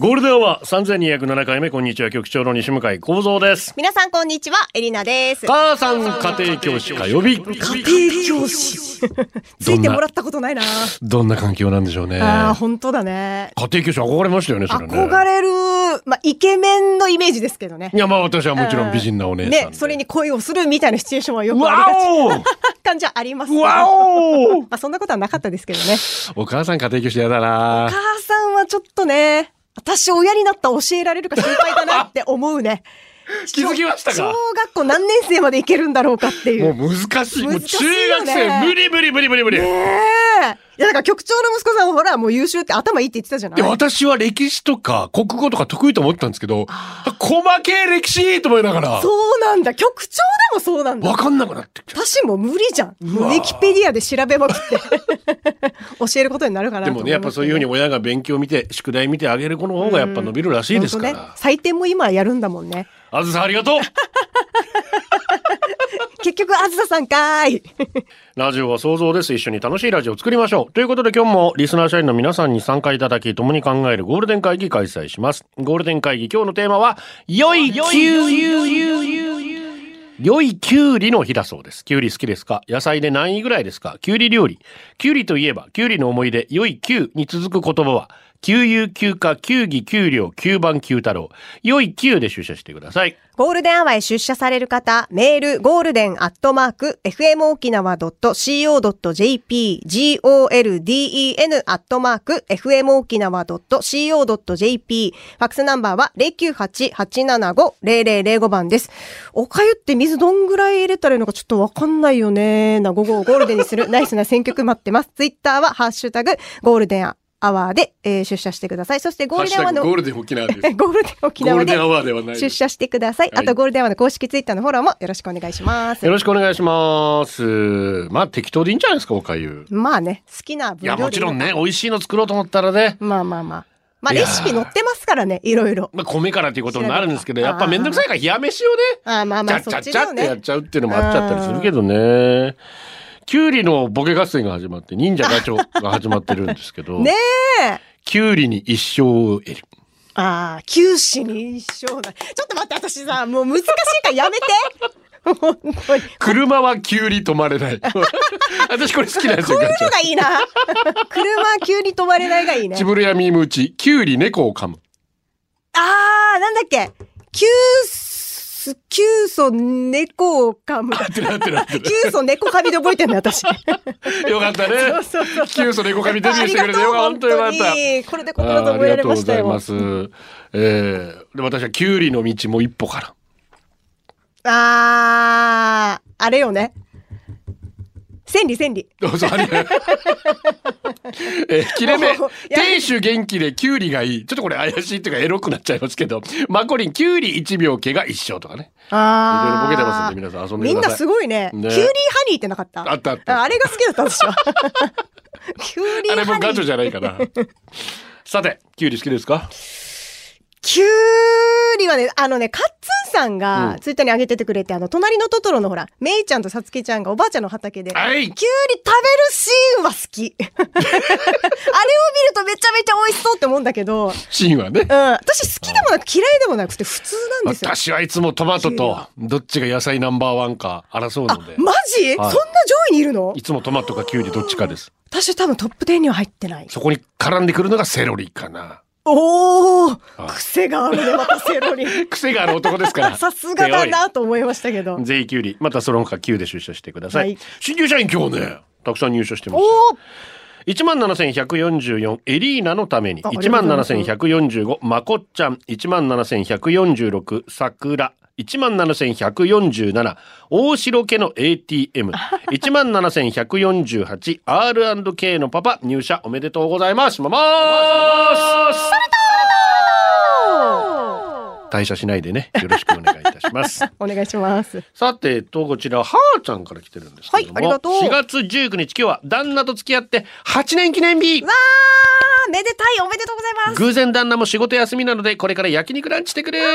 ゴールデンは三千二百七回目こんにちは局長の西向井光三です。皆さんこんにちは、エリナです。母さん家庭教師火曜日。庭教師。ついてもらったことないな。どんな環境なんでしょうね。ああ、家本当だね。庭教師憧れましたよねそれね。憧れる、まあ、イケメンのイメージですけどねい。やまあ私はもちろん美人なお姉さんで。ね、それに恋をするみたいなシチュエーションはよくありわがおち感じはあり ますけど。わおまあ、そんなことはなかったですけどね。お母さん家庭教師やだな。母さんはちょっとね、私親になったら教えられるか心配だなって思うね。 気づきました小か。学校何年生までいけるんだろうかっていう。もう難しい。もう難しい中よ学ね生無理無理無理無理無理。ねえ。いや、だから局長の息子さんはほら、もう優秀って頭いいって言ってたじゃないで私は歴史とか国語とか得意と思ってたんですけど、細けえ歴史いいと思いながら、そうなんだ。局長でもそうなんだわ。かんなくなってきた。私も無理じゃん。ウィキペディアで調べまく って。教えることになるかなでとも思ね、やっぱそういうふうにい親が勉強を見て、宿題見てあげる子の方がやっぱ伸びるらしいまですすけかどね本当ねら。採点も今やるんだもんね。あずさんありがとう結局、あずささんかーい。ラジオは想像です。一緒に楽しいラジオを作りましょう。ということで今日もリスナー社員の皆さんに参加いただき、共に考えるゴールデン会議開催します。ゴールデン会議、今日のテーマは、良いキュウリ。良いキュウリの日だそうです。キュウリ好きですか野菜で何位ぐらいですかキュウリ料理。キュウリといえば、キュウリの思い出、良いキュウに続く言葉は、給油、休暇、給技、給料、給番、給太郎。良いキュウで出社してください。ゴールデンアワーへ出社される方、メール、ゴールデンアットマーク、fmokinawa.co.jp、golden アットマーク、fmokinawa.co.jp、ファックスナンバーは098-875-0005番です。おかゆって水どんぐらい入れたらいいのかちょっとわかんないよね。な、午後をゴールデンにするナイスな選曲待ってます。ツイッターはハッシュタグ、ゴールデンアワーで、えー出社してください。そしてゴールデンアワーの、ゴルデン沖縄でールデン 沖縄で、ワーではな出社してください。はいあとゴールデンアワーの公式ツイッターのフォローもよろしくお願いしますよ。ろしくお願いします。まあ適当でいいんじゃないですか、おかゆ。まあね、好きない分量や、でいいもちろん。ね、美味しいの作ろうと思ったらね、まあまあまあ。まあいやレーシピ載ってますからね、いろいろ。まあ米からということになるんですけど、調べやたっぱめんどくさいから冷や飯をね、あーまあまあ、ちそゃっっちゃちちだゃよってやっね。ちゃうっていうのもあっちゃったりするけどね。きゅうりのボケ合戦が始まって、忍者ガチョが始まってるんですけど、 ねえ。きゅうりに一生を得る。ああ、九死に一生だ。ちょっと待って、私さ、もう難しいからやめて。 本当に。車はきゅうり止まれない。 私これ好きなんですこよ、ういうガチのョ。がいいな。 車は急に止まれないがいいねち。ぶるやみむち、きゅうり猫を噛む。ああ、なんだっけ。急須、急須猫を噛む。ってなってな ってる。急須猫噛みで覚えてんのよ、私。よかったね。そうそうキュウソ猫髪デビューしてくれてよかあ本当よかった。りがとう本当にこれでここだとああ覚りえがられとうまごしたざいよ。ます。えー、で私はキュウリの道も一歩から。 あー、あれよね。千里千里。どうぞありがとう。えー、切れ目もうやめ亭主元気でキュウリがいいちょっとこれ怪しいっていうかエロくなっちゃいますけどマコリンキュウリ1秒毛が一生とかねあいろいろボケてますんで皆さん遊んでくださいみんなすごいね。キュねウリハニーってなかったあったあったあれが好きだった私 は。キュウリあれもハニガチョー。じゃないか なさてキュウリ好きですかキュウリはね、あのね、カッツンさんうがんツイッターに上げててくれて、あの、隣のトトロのほら、メイちゃんとサツキちゃんがおばあちゃんの畑で、はいキュウリ食べるシーンは好き。 あれを見るとめちゃめちゃ美味しそうって思うんだけど、シーンはねうん、私好きでもなく嫌いでもなくて普通なんですよ。私はいつもトマトとどっちが野菜ナンバーワンか争うあので、マジ、はいそんな上位にいるのいつもトマトかキュウリどっちかです私多分トップ10には入ってない。そこに絡んでくるのがセロリかな。おーあ癖があるね、またセ ロリ。 癖がある男ですから。さすがだなと思いましたけセど。ロリ。ぜひキュウリ、またその他キュウで出社してください。はい新入社員今日ね、たくさん入社してます。おー一万七千百四十四エリーナのためにああり一がと万うござい七ます千百四十五まこっちゃん一万七千百四十六桜一万七千百四十七大城家の ATM 一万七千百四十八 R&K のパパ入社おめでとうございます。ままーす。退社しないでね、よろしくお願いいたします。お願いします。 さて、えっとこちら、はーちゃんから来てるんですけども、はいありがとう4月19日、今日は旦那と付き合って8年記念日わーめでたいおめでとうございます偶然旦那も仕事休みなので、これから焼肉ランチしてくれあいい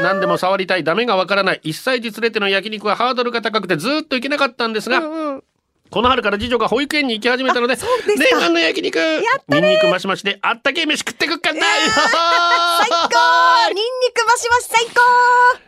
な何でも触りたい、ダメがわからない、1歳児連れての焼肉はハードルが高くてずーっと行けなかったんですが、うんうんこの春から次女が保育園に行き始めたので、あそうでした念願の焼肉ニンニクマシマシであったけえ飯食ってくっかんだ、最 高ニンニクマシマシ最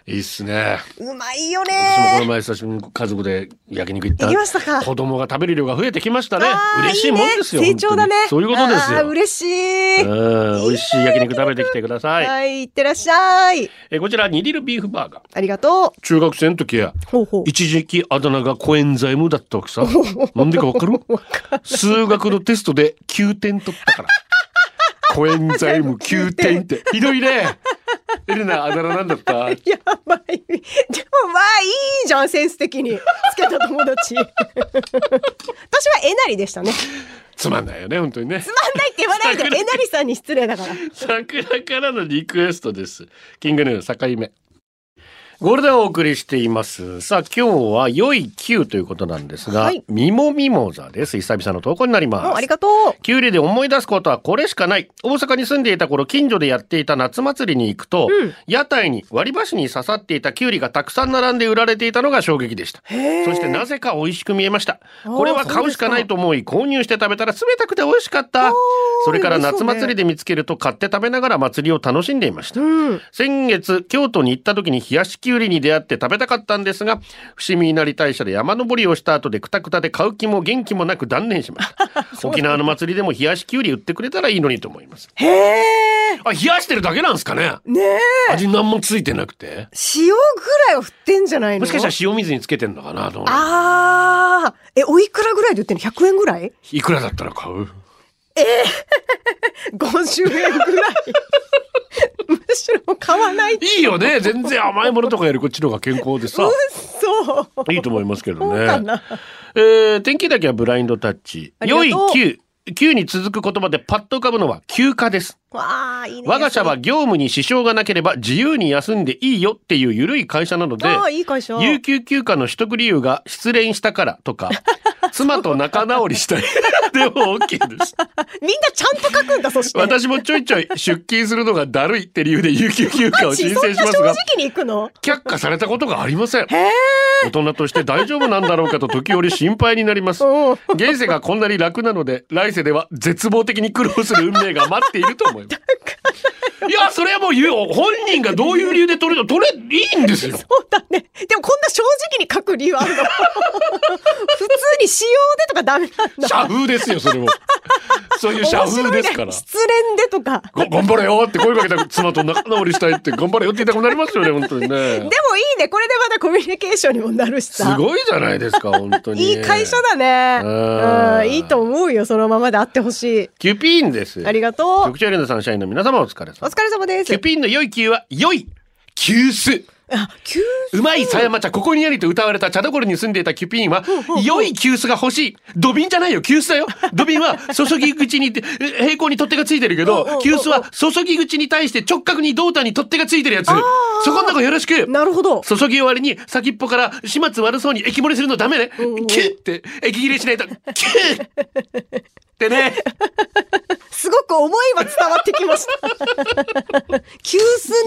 いいっすね。高うまいよね私もこの前久しぶりに家族で焼肉行った。行きましたか子供が食べる量が増えてきましたねあ。ー嬉しいもんですよ。ね、成長だね本当にそういうことですあーよ。嬉しい、うん、美味しい焼肉食べてきてください。はいいってらっしゃいえこちら、ニリルビーフバーガー。ありがとう中学生の時や、ほうほう一時期あだ名がコエンザイムだったわ けさ。なんでかわかる数学のテストで9点取ったから。コエンザイム9点って。ひどいね。エレナ、あだ名なんだったやばいでもまあいいじゃんセンス的につけた友達 私はえなりでしたねつまんないよね、本当にね。つまんないって言わないで えなりさんに失礼だから桜からのリクエストです。キングヌー、境目。ゴールデンをお送りしています。さあ、今日は良い Q ということなんですが、はいミモミモザです。久々の投稿になります。もうありがとうキュウリで思い出すことはこれしかない。大阪に住んでいた頃、近所でやっていた夏祭りに行くと、うん屋台に割り箸に刺さっていたキュウリがたくさん並んで売られていたのが衝撃でした。へーそしてなぜか美味しく見えました。あーこれは買うしかないと思い、購入して食べたら冷たくて美味しかったおー。それから夏祭りでで見つけると買って食べながら祭りを楽しんでいました。うん先月、京都に行った時に冷やしきゅうりに出会って食べたかったんですが、伏見稲荷大社で山登りをした後でクタクタで買う気も元気もなく断念しま した。沖縄の祭りでも冷やしきゅうり売ってくれたらいいのにと思います。へえあ、冷やしてるだけなんですかねねえ味何もついてなくて。塩ぐらいは振ってんじゃないのもしかしたら塩水につけてんのかなと思ってああえ、おいくらぐらいで売ってんの ?100 円ぐらいいくらだったら買う ?50 円ぐらい。むしろ買わない。いいよね全然甘いものとかよりこっちの方が健康でさ。 そう。いいと思いますけどそうね。かなえー天気だけはブラインドタッチ。ありが良とうい Q。Q に続く言葉でパッと浮かぶのは休暇です。わあ、いいね。我が社は業務に支障がなければ自由に休んでいいよっていう緩い会社なので、ああ、いい会社。有給休暇の取得理由が失恋したからと か、妻と仲直りしたい。でも OK です。みんなちゃんと書くんだ、そして。私もちょいちょい出勤するのがだるいって理由で有給休暇を申そ請んしなます正が直、に行くの却下されたことがありません。へえ。大人として大丈夫なんだろうかと時折心配になります。うん。現世がこんなに楽なので来世では絶望的に苦労する運命が待っていると思います。いやそれはもう言うよ本人がどういう理由で取れると取れいいんですよ。そうだね。でもこんな正直に書く理由あるの 普通に使用でとかダメなんだ。社風ですよそれも。そういう社風ですから面白いね。失恋でとか。ご頑張れよって声かけたら妻と仲直りしたいって頑張れよって言いたくなりますよね本当にでねも。いいね。これでまだコミュニケーションにもなるしすさ。ごいじゃないですか本当に。いい会社。だね。うんうん、いいと思うよ。そのままであってほしい。キュピーンです。ありがとう局。長エレナさん社員の皆様お疲れお様。疲れ様でキすュ。ピーンの良いキューは良い急須。あ、急うまい狭山茶、ここにありと歌われた茶どころに住んでいたキュピーンは、良い急須が欲しい。土瓶じゃないよ、急須だよ。土瓶は注ぎ口にて、 え平行に取っ手がついてるけど、急須は注ぎ口に対して直角に胴体に取っ手がついてるやつ。そこんとこよろしく。なるほど。注ぎ終わりに先っぽから始末悪そうに液漏れするのダメね。キュッて、液切れしないと、キュッって ね。すごく思いは伝わってきました。 急須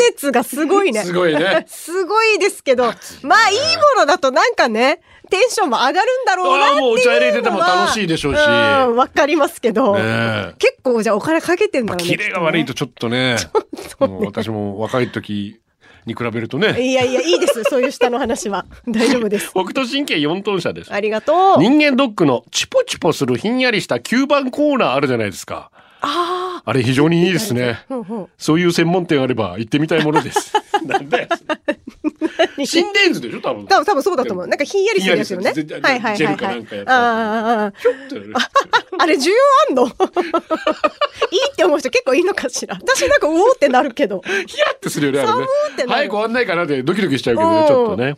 熱がすごいね。すごいね。 すごいですけど、まあいいものだとなんかね、テンションも上がるんだろうなっあていうのは。ーもうお茶入れてても楽しいでしょうしんわかりますけど。ねえ結構じゃあお金かけてんだろうね。キレが悪いとちょっと ね、とねもう私も若い時に比べるとね。いやいや、いいです。そういう下の話は。大丈 夫です。北斗神経4トン車です。ありがとう。人間ドックのチュポチュポするひんやりした吸盤コーナーあるじゃないですか。ああれ非常にいいですね。あ。うんうん。そういう専門店あれば行ってみたいものです。 なんだよ。心電図でしょ多分。多分多分そうだと思う。なんかひんやりするやつよね。ひんやりするはいはいジェはいルかはなんいかやっ。あああああああれ需要あんのいいって思う人結構いいのかしら。私なんかうおーってなるけど。ヒヤってするよね、あれ寒ーっね。てなる早く終わんないかなってドキドキしちゃうけどね、ちょっとね。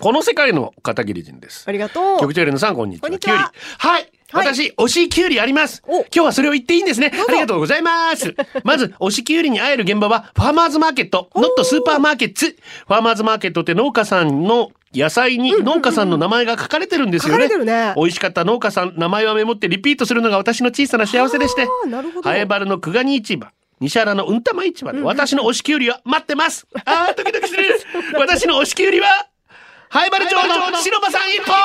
この世界の片桐仁ですありがとう局。長エレナさんこんにちはこんにちはキュウリはいはい私、推しキュウリありますお今日はそれを言っていいんですねありがとうございますまず、推しキュウリに会える現場は、ファーマーズマーケッ ト、ノットスーパーマーケッツ。ファーマーズマーケットって農家さんの野菜に農家さんの名前が書かれてるんです書よかね。れてるね。美味しかった農家さん、名前はメモってリピートするのが私の小さな幸せでして。あーなるほど。ハエバルの久我に市場。西原のうんたま市場で、私の推しきゅうりは待ってます。ああ、ドキドキする。 私の推しきゅうりは、ハエバル町の白馬さん一本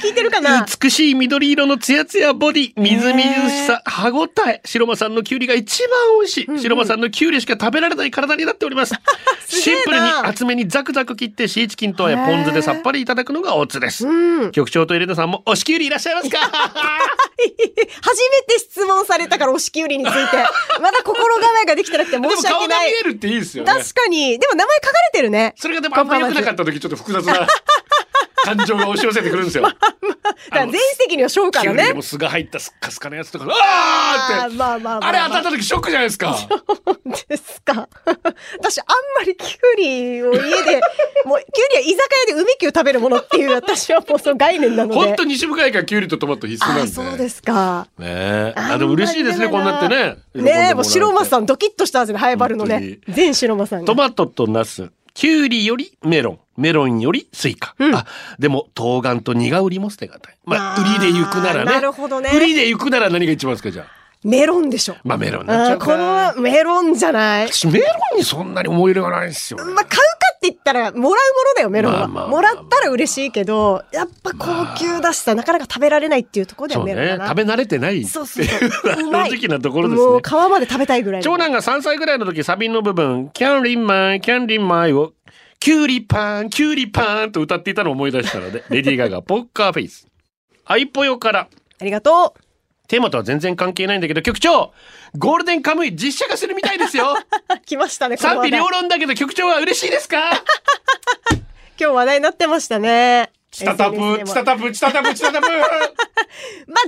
聞いてるかな。 美しい緑色のツヤツヤボディ、みずみずしさ、歯ごたえ。白馬さんのきゅうりが一番美味しい。白馬さんのきゅうりしか食べられない体になっております。 すげシえなンプルに厚めにザクザク切ってシーチキンとあえポン酢でさっぱりいただくのがおつです。うん。局長とエレナさんも推しきゅうりいらっしゃいますか初めて質問されたから、押しき売りについて。まだ心構えができてなくてでも 申し顔訳がない見。えるっていいですよね。確かに。でも名前書かれてるね。それがでもあんま良くなかった時ちょっと複雑 な感情が押し寄せてくるんですよ。だから全席にはしょうか急らにねで。も巣が入ったすっかすかのやつとか、あーって。まあまあまあまあ。あれ当たった時ショックじゃないですか。ですか。 私、あんまりキュウリ を家で、もう、キュウリは居酒屋で梅キュウ食べるものっていう、私はもうその概念なので。本当に西向井がキュウリとトマト必須あなあ、んで。そうですか。ねえ。あ、でも嬉しいですね、あんこまんりなってね。ねえ、もう白馬ん。さん、ドキッとした味のハエバルの本ね。全白馬さんがト。マトとナス。キュウリよりメロン。メロンよりスイカ。うんあ、でも、冬瓜と苦瓜も捨てがたい。まあ、売りで行くならね。あーなるほどね売りで行くなら何が一番ですか、じゃあ。メロンでしょ。まあ、メロンになっちゃあーうかこのメロンじゃない。私メロンにそんなに思い入れがないんですよね、まあ、買うかって言ったら、もらうものだよ、メロンまは。あまあまあもらったら嬉しいけど、やっぱ高級だしさ、なかなか食べられないっていうところでそはうメロンねだな。食べ慣れてないそうそうそう。うまい。正直なところですねもう皮まで食べたいぐらい。長男が3歳ぐらいの時サビの部分「キャンリンマイキャンリンマイ」を「キュウリパンキュウリパン」と歌っていたのを思い出したの でレディー・ガガ「ポッカーフェイス」「アイポヨ」からありがとう。テーマとは全然関係ないんだけど局長ゴールデンカムイ実写化するみたい ですよ来ましたね。この賛話否題両論だけど局長は嬉しいです か今日話題になってましたね。チタタプチ SNS でタもタプチタタプチタタプ まあ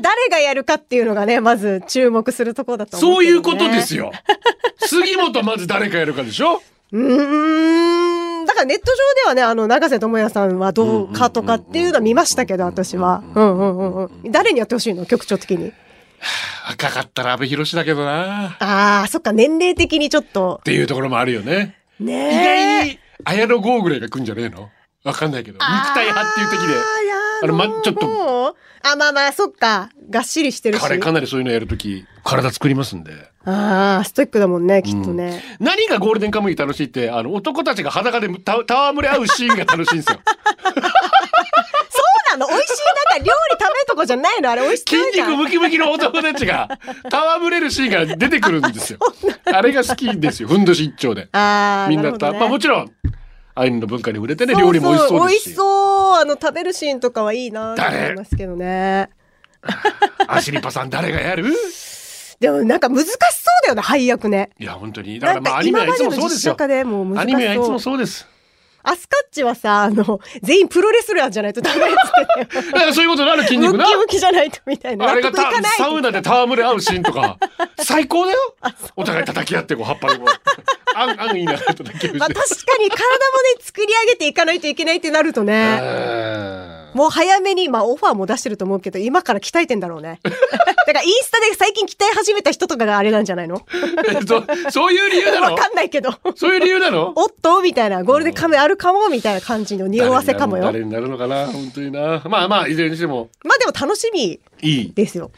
誰がやるかっていうのがね、まず注目するところだと思そううけいどね、うことですよ 杉本まず誰かやるかでしょうーん。だからネット上ではね、あの、長瀬智也さんはどうかとかっていうのは見ましたけど、私は。うんうんうんうん。誰にやってほしいの局長的に。赤かったら阿部寛だけどなっああ、そっか、年齢的にちょっと。ていうところもあるよね。意外ねえ。に綾野剛ぐらいが来んじゃねえのわかんないけど肉体派っていう敵でああれの、まま、ちちょっょっとと。あ、まあまあ、そっか。がっしりしてるし。彼かなりそういうのやるとき体作りますんでああ、ストイックだもんね、きっとね。何がゴールデンカムイ楽しいってあの男たちが裸でた戯れ合うシーンが楽しいん ですよそうなの美味しい、なんか料理食べるとこじゃないのあれ美味しくない筋じゃん肉ムキムキの男たちが戯れるシーンが出てくるんですよあれが好きですよふんどし一丁でああ、みんなるほた、どねまあもちろんアイヌの文化に触れてねそうそう料理も美味しそう美で味すししそう。あの、食べるシーンとかはいいなと思いますけどね。アシリパさん誰がやるでもなんか難しそうだよね、配役ね。いや本当にだからなんまあかアニメ今はいつもそうでまでの実す写よ化でもうア難しニメはいつそもう。そうですアスカッチはさ、あの、全員プロレスラーじゃないとダメっつってたよ。だ からそういうことになる筋ム肉なッキムキじゃないとみたいな。あれが納得いかないたサウナで戯れ合うシーンと か最高だよお互い叩き合ってこう葉っぱでこうあんあん言いながら叩き合うまあし確てかに体もね、作り上げていかないといけないってなるとね、えーもう早めに、まあオファーも出してると思うけど、今から鍛えてんだろ うね。だからインスタで最近鍛え始めた人とかがあれなんじゃないのえっとそういう理由なわのかんないけど。 そういう理由なのおっとみたいな、ゴールデンカムイあるかもみたいな感じの匂わせかもよ。まあ誰になるのかな本当になまあまあいずれにしてもでも楽しみいいですよ、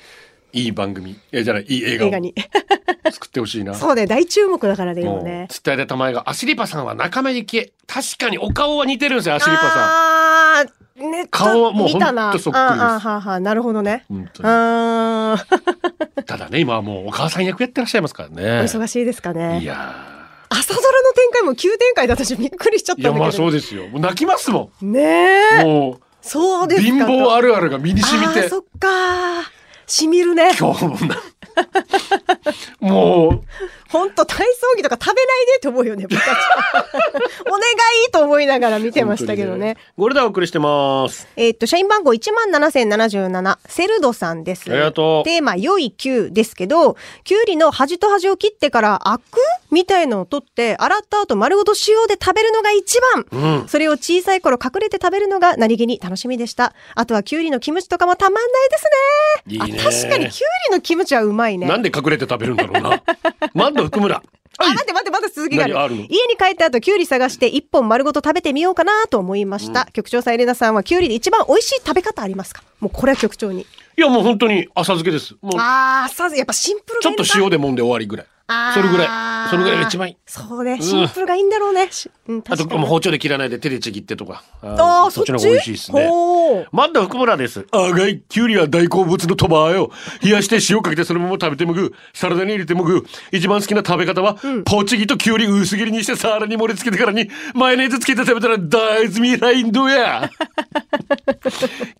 いい番組えじゃないいい映画映画をに。 作ってほしいなそうね、大注目だからね、今もねう。伝えた名前がアシリパさんは仲間由紀恵確かにお顔は似てるんですよアシリパさあー、ネット顔はもう見たなほんとそっくりですあーあーはーはーなるほどね。ん本当にあー、ただね今はもうお母さん役やってらっしゃいますからおね忙しいですかねい。やー朝ドラの展開も急展開で私びっくりしちゃったいんだやけど。まあそうですよもう泣きますもんねえ。もそううですか。貧乏あるあるが身に染みあてーそっかー。染みるね。 今日もなも本当体操着とか食べないでって思うよね、僕たち。 お願いと思いながら見う。てましたけ本ど当にね。。ゴールデンお送りしてます。えーっと、社員番号17,077、セルドさんです。ありがとうテーマ、良いキュウですけど、キュウリの端と端を切ってから、アクみたいのを取って、洗った後丸ごと塩で食べるのが一番、うん。それを小さい頃隠れて食べるのが何気に楽しみでした。あとはキュウリのキムチとかもたまんないですね。いいねあ確かにキュウリのキムチはうまいね。なんで隠れて食べるんだろうな。 マンド福村。あ、待って待って待って続きがある。何あるの家に帰った後、キュウリ探して一本丸ごと食べてみようかなと思いました。局長さん、エレナさんはキュウリで一番美味しい食べ方ありますかもうこれは局長に。いやもう本当に浅漬けです。もうあー、さず、やっぱシンプルちがょいっいとのか塩で揉んで終わりぐらい。あーそれぐらい。それぐらいが一番いい。そうね、シンプルがいいんだろうね。しうん、あと確かにもう包丁で切らないで手でちぎってとか。ああー、ーそそっっちちの方が美味しいですね。ほーマンド福村です。あがい、きゅうりは大好物のトバーよ。冷やして塩かけてそのまま食べてもぐ。サラダに入れてもぐ。一番好きな食べ方は、ポチギときゅうり薄切りにして皿に盛り付けてからに、マヨネーズつけて食べたら大豆ミラインドや。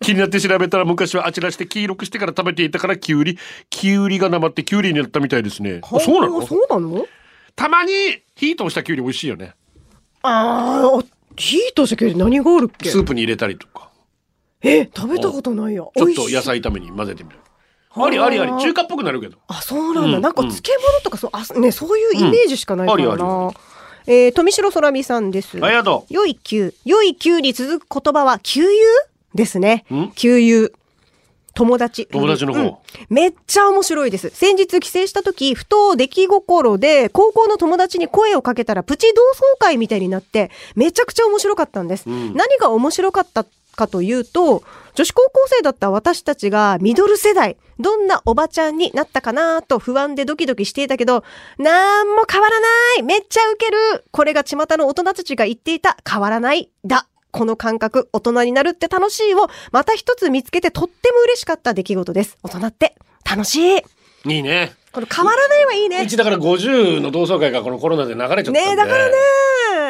気になって調べたら昔はあちらして黄色くしてから食べていたからきゅうり。きゅうりがなまってきゅうりになったみたいですね。あそうなほーのそうなのたまに火通したきゅうり美味しいよね。あー、ヒートしたキュウリ何があるっけスープに入れたりとか。え、食べたことないよ。ちょっ美と味しい野菜炒めに混ぜてみる。ありありあり。中華っぽくなるけど。あ、そうなんだ。うんなんか漬物とかそう、あ、ね、そういうイメージしかないからな。うんあるよえー、富城空美さんです。ありがとう良い給、良い給に続く言葉は、給油ですねん。給油。友達。友達の方うんめっちゃ面白いです。先日帰省した時、ふと出来心で、高校の友達に声をかけたら、プチ同窓会みたいになって、めちゃくちゃ面白かったんです。ん何が面白かったかというと、女子高校生だった私たちがミドル世代、どんなおばちゃんになったかなと不安でドキドキしていたけど、なんも変わらないめっちゃウケるこれが巷の大人たちが言っていた変わらないだこの感覚、大人になるって楽しいを、また一つ見つけてとっても嬉しかった出来事です。大人って楽しいいいね。この変わらないはいいね。うねちだから50の同窓会がこのコロナで流れちゃったんで。え、だから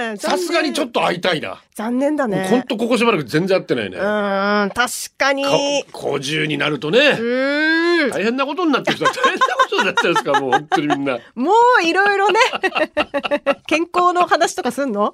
ねさすがにちょっと。と会いたいな。残念だもうね。ほんとここしばらく全然会ってないね。うーん、確かに。うこ50になるとね、ーん。大変なことになってる人は大変なことになっちゃうんです から、もう本当にみんな。もういろいろね。健康の話とかすんの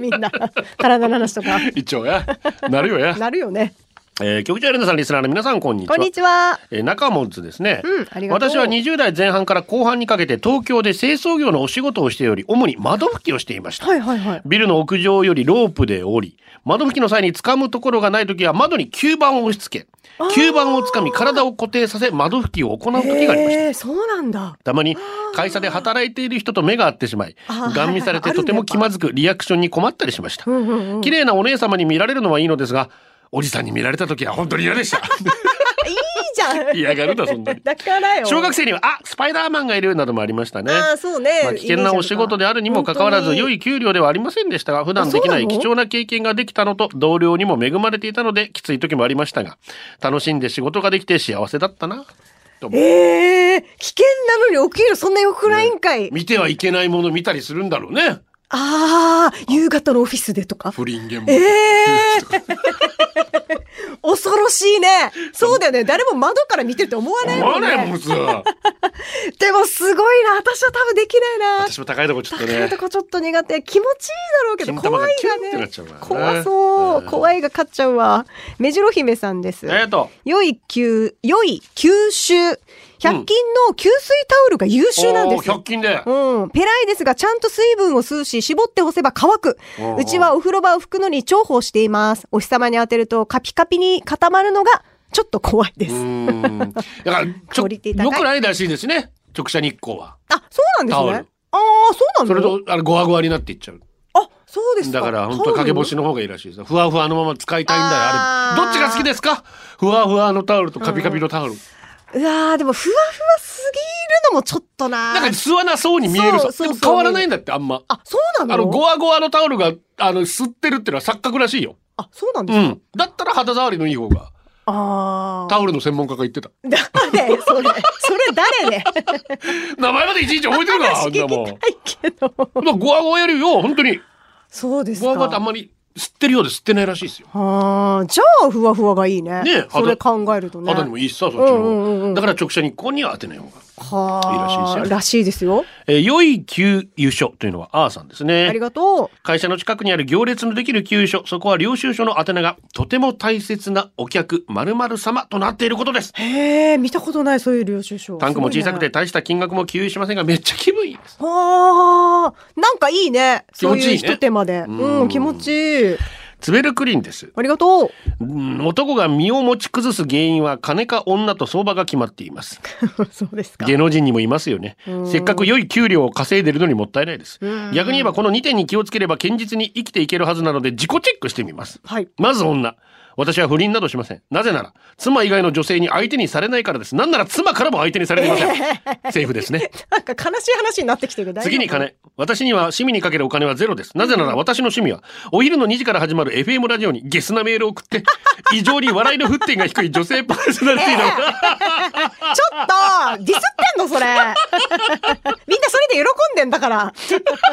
みんな。体の話とか。一応や。なるよや。なるよね。えー、局長エレナさん、リスナーの皆さん、こんにちこはん。にちは。えー中本ですね、うんありがとう私は20代前半から後半にかけて東京で清掃業のお仕事をしており主に窓拭きをしていました、はいはいはい。ビルの屋上よりロープで降り窓拭きの際に掴むところがない時は窓に吸盤を押し付けあー吸盤を掴み体を固定させ窓拭きを行う時がありましたえー、そうなんだ。たまに会社で働いている人と目が合ってしまいあーガン見されてはいはといても気まずくリアクションに困ったりしましたうんうんうん。綺麗なお姉様に見られるのはいいのですがおじさんに見られた時は本当に嫌 でしたいいじゃん。嫌がるなそんな にだからよ。小学生にはあスパイダーマンがいるなどもありましたねああ、そうね。まあ、危険なお仕事であるにもかかわらず良い。い給料ではありませんでしたが普段できない貴重な経験ができたのと同僚にも恵まれていたのできつい時もありましたが楽しんで仕事ができて幸せだったなと思うええ危険なのに起きる、そんな良くないんかい。見てはいけないもの見たりするんだろうねああ、夕方のオフィスでとか。不倫現も、ええ恐ろしいね。そうだよね。誰も窓から見てるって思わない思もわんないもんね。普通でもすごいな。私は多分できないな。私も高いとこちょっと高いねとこちょっと苦手。気持ちいいだろうけど、金玉が怖いキュがンってなっねちゃうから。ね怖そうう。ん怖いが勝っちゃうわ。目白姫さんです。ありがと良い吸、良い吸収。100均の吸水タオルが優う秀なんですおーよ100。均でうん。ペライですが、ちゃんと水分を吸うし、絞って干せば乾くうんうん。うちはお風呂場を拭くのに重宝しています。お日様に当てるとカピカピに固まるのがちょっと怖いです。うーんだからちクょオリティ高いよくないらしいですね直射日光はあ、そうなんタオですルね。ああ、そうそれなのとあれゴワゴワになっていっちゃうあ、そうですか。だから本当は掛け干しの。の方がいいらしいですふわふわのまま使いたいんだよああーれどっちが好きですかふわふわのタオルとカピカピのタオル、うわーでもふわふわすぎるのもちょっとな。なんか吸わなそうに見えるそさうそうでもそう変わらないんだってあんまあ、そうなあのゴのワゴワのタオルがあの吸ってるってのは錯覚らしいよあ、そうなんでうすか。んだったら肌触りのいい方がああ。タオルの専門家が言ってた 誰それ、それ誰ね。名前までいちいち覚えてるからあ話ん聞なきもんたいけど。だからゴワゴワよりよ本当にそうですゴワゴワってあんか。まり吸ってるようで吸ってないらしいですよああ、じゃあ、ふわふわがいいね。ねえそれ考えるとね。肌にもいいしさそっちうの方んうんうんうがんだから直射日光には当てない方がいいらしいですよらしいですよ。えー良い給油所というのはアーさんですありね。がとう。会社の近くにある行列のできる給油所、そこは領収書の宛名がとても大切なお客〇〇様となっていることです。へえ、見たことない、そういう領収書。タンクも小さくてす大した金額も給油しませんが、めっちゃ気分いいです。ごいね。はあ、なんかいいね。気そ持うちいいいねうひと手間で。うんうん、気持ちいい。ツベルクリンです。ありがとう。 うん男が身を持ち崩す原因は金か女と相場が決まっています。そうですか。芸能人にもいますよねうん。せっかく良い給料を稼いでるのにもったいないです。逆に言えばこの2点に気をつければ堅実に生きていけるはずなので自己チェックしてみます。はい。まず女。私は不倫などしません。なぜなら、妻以外の女性に相手にされないからです。なんなら妻からも相手にされていま せん。セーフですね。なんか悲しい話になってきてるけど。大丈夫次に。金。私には趣味にかけるお金はゼロです。なぜなら私の趣味は、お昼の2時から始まる FM ラジオにゲスなメールを送っ て、異常に笑いの沸点が低い女性パーソナリティの、ちょっとディスってんの それ。みんなそれで喜んでんだから。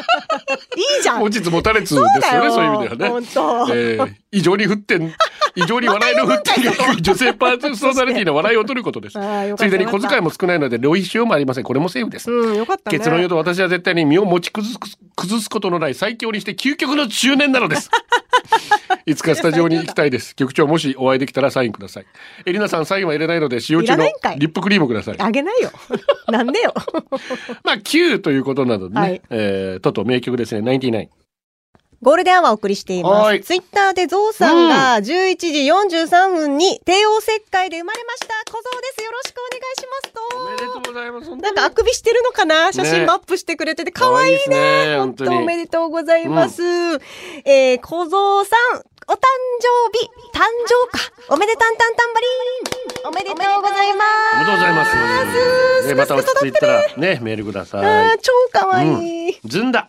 いいじゃん。持まちつ持たれつですよね、そうだそういうよ意味ではね。本当えー異常に沸点、異常に笑いの沸点が低い女性パーソナリティの笑いを取ることです。あーよつかったいでに小遣いも少ないので、浪費しようもありません。これもセーフです。うんよかったね結論言うと私は絶対に身を持ち崩す崩すことのない最強にして究極の中年なの です。いつかスタジオに行きたいです。局長もしお会いできたらサインください。エリナさんサインは入れないので使用中のいらないんかいリップクリームください。あげないよ。 なんでよ。まあ Q ということなのでね、はいえー、とうとう名曲ですね、99。ゴールデンアワーお送りしていまはす。いツイッターでゾウさんが11時43分に帝王切開で生まれました。小僧です。よろしくお願いしおめまですとうございます。と。なんかあくびしてるのかな写真もアップしてくれてて、可愛いですね、本本当当おめに。でとうございます。えー、小僧さん、お誕生日、誕生か、おめでたんたんたんばりーん、おめでとうございおめでとうまございます。すね、また落ち着いたらね、メールくだす。あさーい。超可愛い、ずんだ。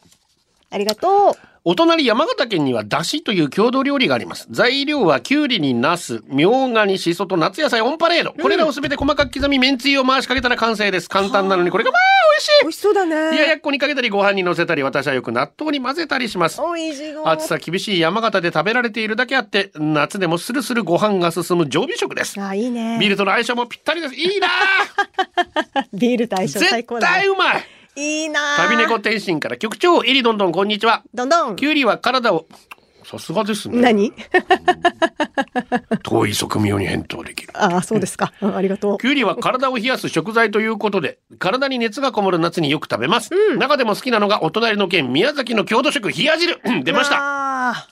ありがとお隣山形県にはだしという郷土料理があります材料はきゅうりになすみょうがにしそと夏野菜オンパレードこれらをすべて細かく刻みめんつゆを回しかけたら完成です簡単なのにこれがまあう。美味しそうだ美味しい冷ややね。っこにかけたりご飯にのせたり私はよく納豆に混ぜたりしますおいしい暑さ厳しい山形で食べられているだけあって夏でもスルスルご飯が進む常備食ですあ、いいね。ビールとの相性もぴったりですいいな あビールと相性最絶高だ、対ね。うまいいいなー旅猫。天心から局長エリどんどんこんにちはどんどんき。ゅうりは体をさすがですね何 遠い側面に返答できる。ああ、そうですか。うんありがとう。キュウリは体を冷やす食材ということで、体に熱がこもる夏によく食べます。中でも好きなのがお隣の県宮崎の郷土食冷や汁。うん出ました。た。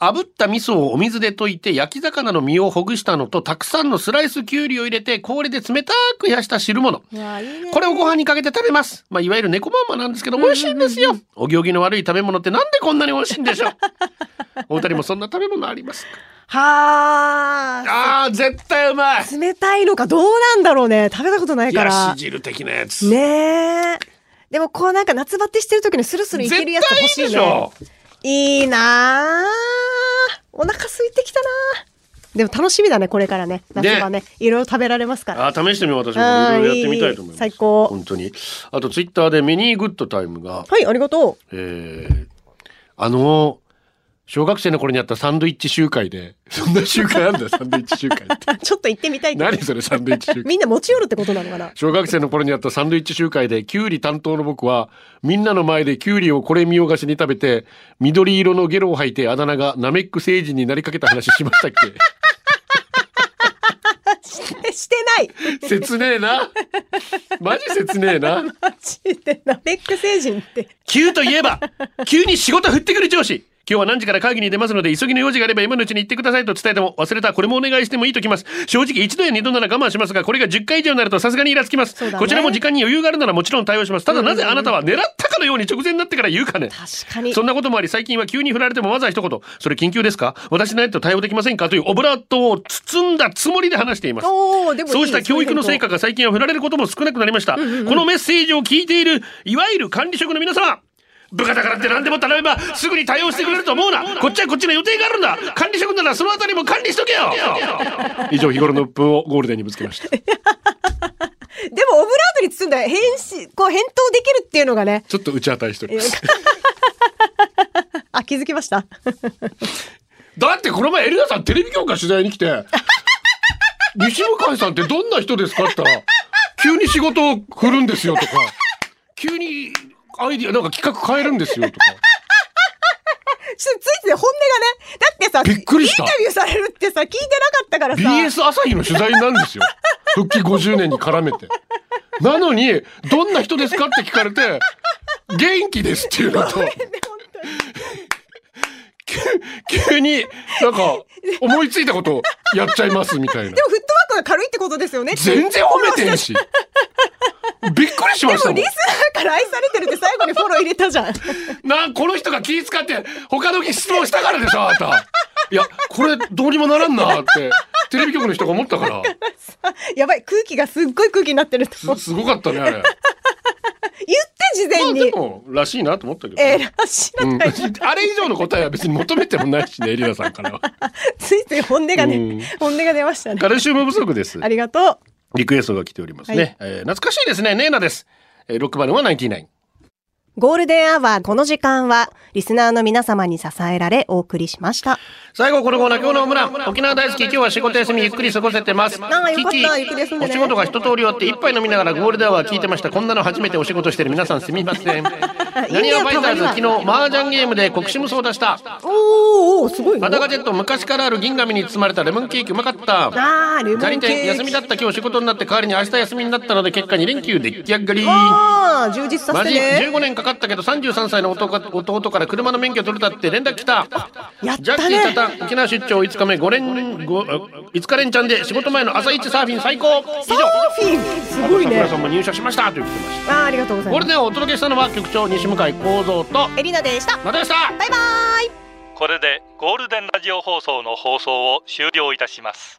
炙った味噌をお水で溶いて焼き魚の身をほぐしたのと、たくさんのスライスキュウリを入れて氷で冷たく冷やした汁物。いやーいいね。これをご飯にかけて食べます。まあ、いわゆる猫まんまなんですけど、美味しいんですよ。お行儀の悪い食べ物ってなんでこんなに美味しいんでしょ う。お二人もそんな食べ物ありますかはあ。あー、絶対うまい。冷たいのかどうなんだろうね。食べたことな冷いかやら。し汁的なやつ。ねえ。でもこうなんか夏バテしてる時にスルスルいけるやつ欲しいね。絶対いいでしょいいなあお腹空いてきたなあでも楽しみだね、これからね。夏場ね。いろいろ食べられますから。あ試してみよう私もいろいろやってみたいと思います。あーいいいい最高本当に。あとツイッターでミニーグッドタイムが、はい、ありがとう。えー、あの小学生の頃にあったサンドイッチ集会で、 そんな集会あんだよサンドイッチ集会って。 ちょっと行ってみたいけど何それサンドイッチ集会。みんな持ち寄るってことなの かな小学生の頃にあったサンドイッチ集会で、キュウリ担当の僕は、みんなの前でキュウリをこれ見よがしに食べて、緑色のゲロを吐いてあだ名がナメック星人になりかけた話しましたっけ えしてない切ねえな。 マジ切ねえな。マジで、ナメック星人って。急といえば、急に仕事振ってくる上司。今日は何時から会議に出ますので、急ぎの用事があれば今のうちに行ってくださいと伝えても、忘れた、これもお願いしてもいいときます。正直、一度や二度なら我慢しますが、これが10回以上になるとさすがにイラつきます、そうだねこちらも時間に余裕があるならもちろん対応します。ただ、なぜあなたは狙ったかのように直前になってから言うかね。確かに。そんなこともあり、最近は急に振られてもまずは一言、それ緊急ですか私ないと対応できませんかというオブラートを包んだつもりで話しています。おーでもいいそうした教育の成果が最近は振られることも少なくなりました。このメッセージを聞いている、いわゆる管理職の皆様部下だからって何でも頼めばすぐに対応してくれると思うなこっちはこっちの予定があるんだ管理職ならそのあたりも管理しとけよ以上日頃の鬱憤をゴールデンにぶつけました。ちでも、オブラートに包んだ返し、こう返答できるっていうのがね。ょっと打ち当たりしております。あ、気づきました。 だってこの前エリナさ んテレビ局が取材に来て、西向井さんってどんな人ですかって言ったら、急に仕事を振るんですよとか、急にアイディア、なんか企画変えるんです よとか。ちょっとついつい本音がね、だってさ、びっくりしたインタビューされるってさ、聞いてなかったからさ。 BS 朝日の取材なんですよ。復帰50年に絡めて。なのに、どんな人ですかって聞かれて、元気ですっていうの と、ね本当に急急になんか思いついたことをやっちゃいますみたいなで。もフットワークが軽いってことですよね。全然褒めてんし。びっくりしましでたももんリス。ナーから愛されてるって最後にフォロー入れたじゃん。 な、この人が気遣って他の質問したからでしょ、あなた。いや、これどうにもならんなって、テレビ局の人が思ったから、やばい、空気がすっごい空気になってると思う。すすごかったね、あれ。言って事ま前あでに。も、らしいなと思ったけどね。えー、らしいなうんあれ以上の答えは別に求めてもないしね、エリナさんからは。ついつい本音がうんね、本音が出ましたねカ。ルシウム不足です。ありがとう。リクエストが来ておりますね。はいえー懐かしいですね、ネーナです。えー、6番はナインティナイン。ゴールデンアワーこの時間は、リスナーの皆様に支えられお送りしました。最後、このコーナー、今日のオムラン。沖縄大好き、今日は仕事休み、ゆっくり過ごせてます。なんかよかったキキゆっくり休んでおね仕事が一通り終わって、一杯飲みながらゴールデンは聞いてました。こんなの初めてお仕事してる皆さんすみません。何やファイターズ、昨日、麻雀ゲームで国士無双出した。おーおーすごいよ。マダガジェット、昔からある銀紙に包まれたレモンケーキ、うまかった。あー、レモ代理ン店ケ休ーみキ。だった今日仕事になって代わりに明日休みになったので結果2連休出来上がりあー、充実さマせジてね。 15年かかったけど33歳の弟が弟から車の免許取れたって連絡来たやっジャッキたー・タね。タン沖縄出張5日目5連ご5日連チャンで仕事前の朝一サーフィン最高以サ上ーフィンすごい桜ね。さんも入社しましたと言ってましあー、ありがとうごたざいゴーまルす。デンをお届けしたのは局長西向井光三とエリナでした。また明日バイバーイ。これでゴールデンラジオ放送の放送を終了いたします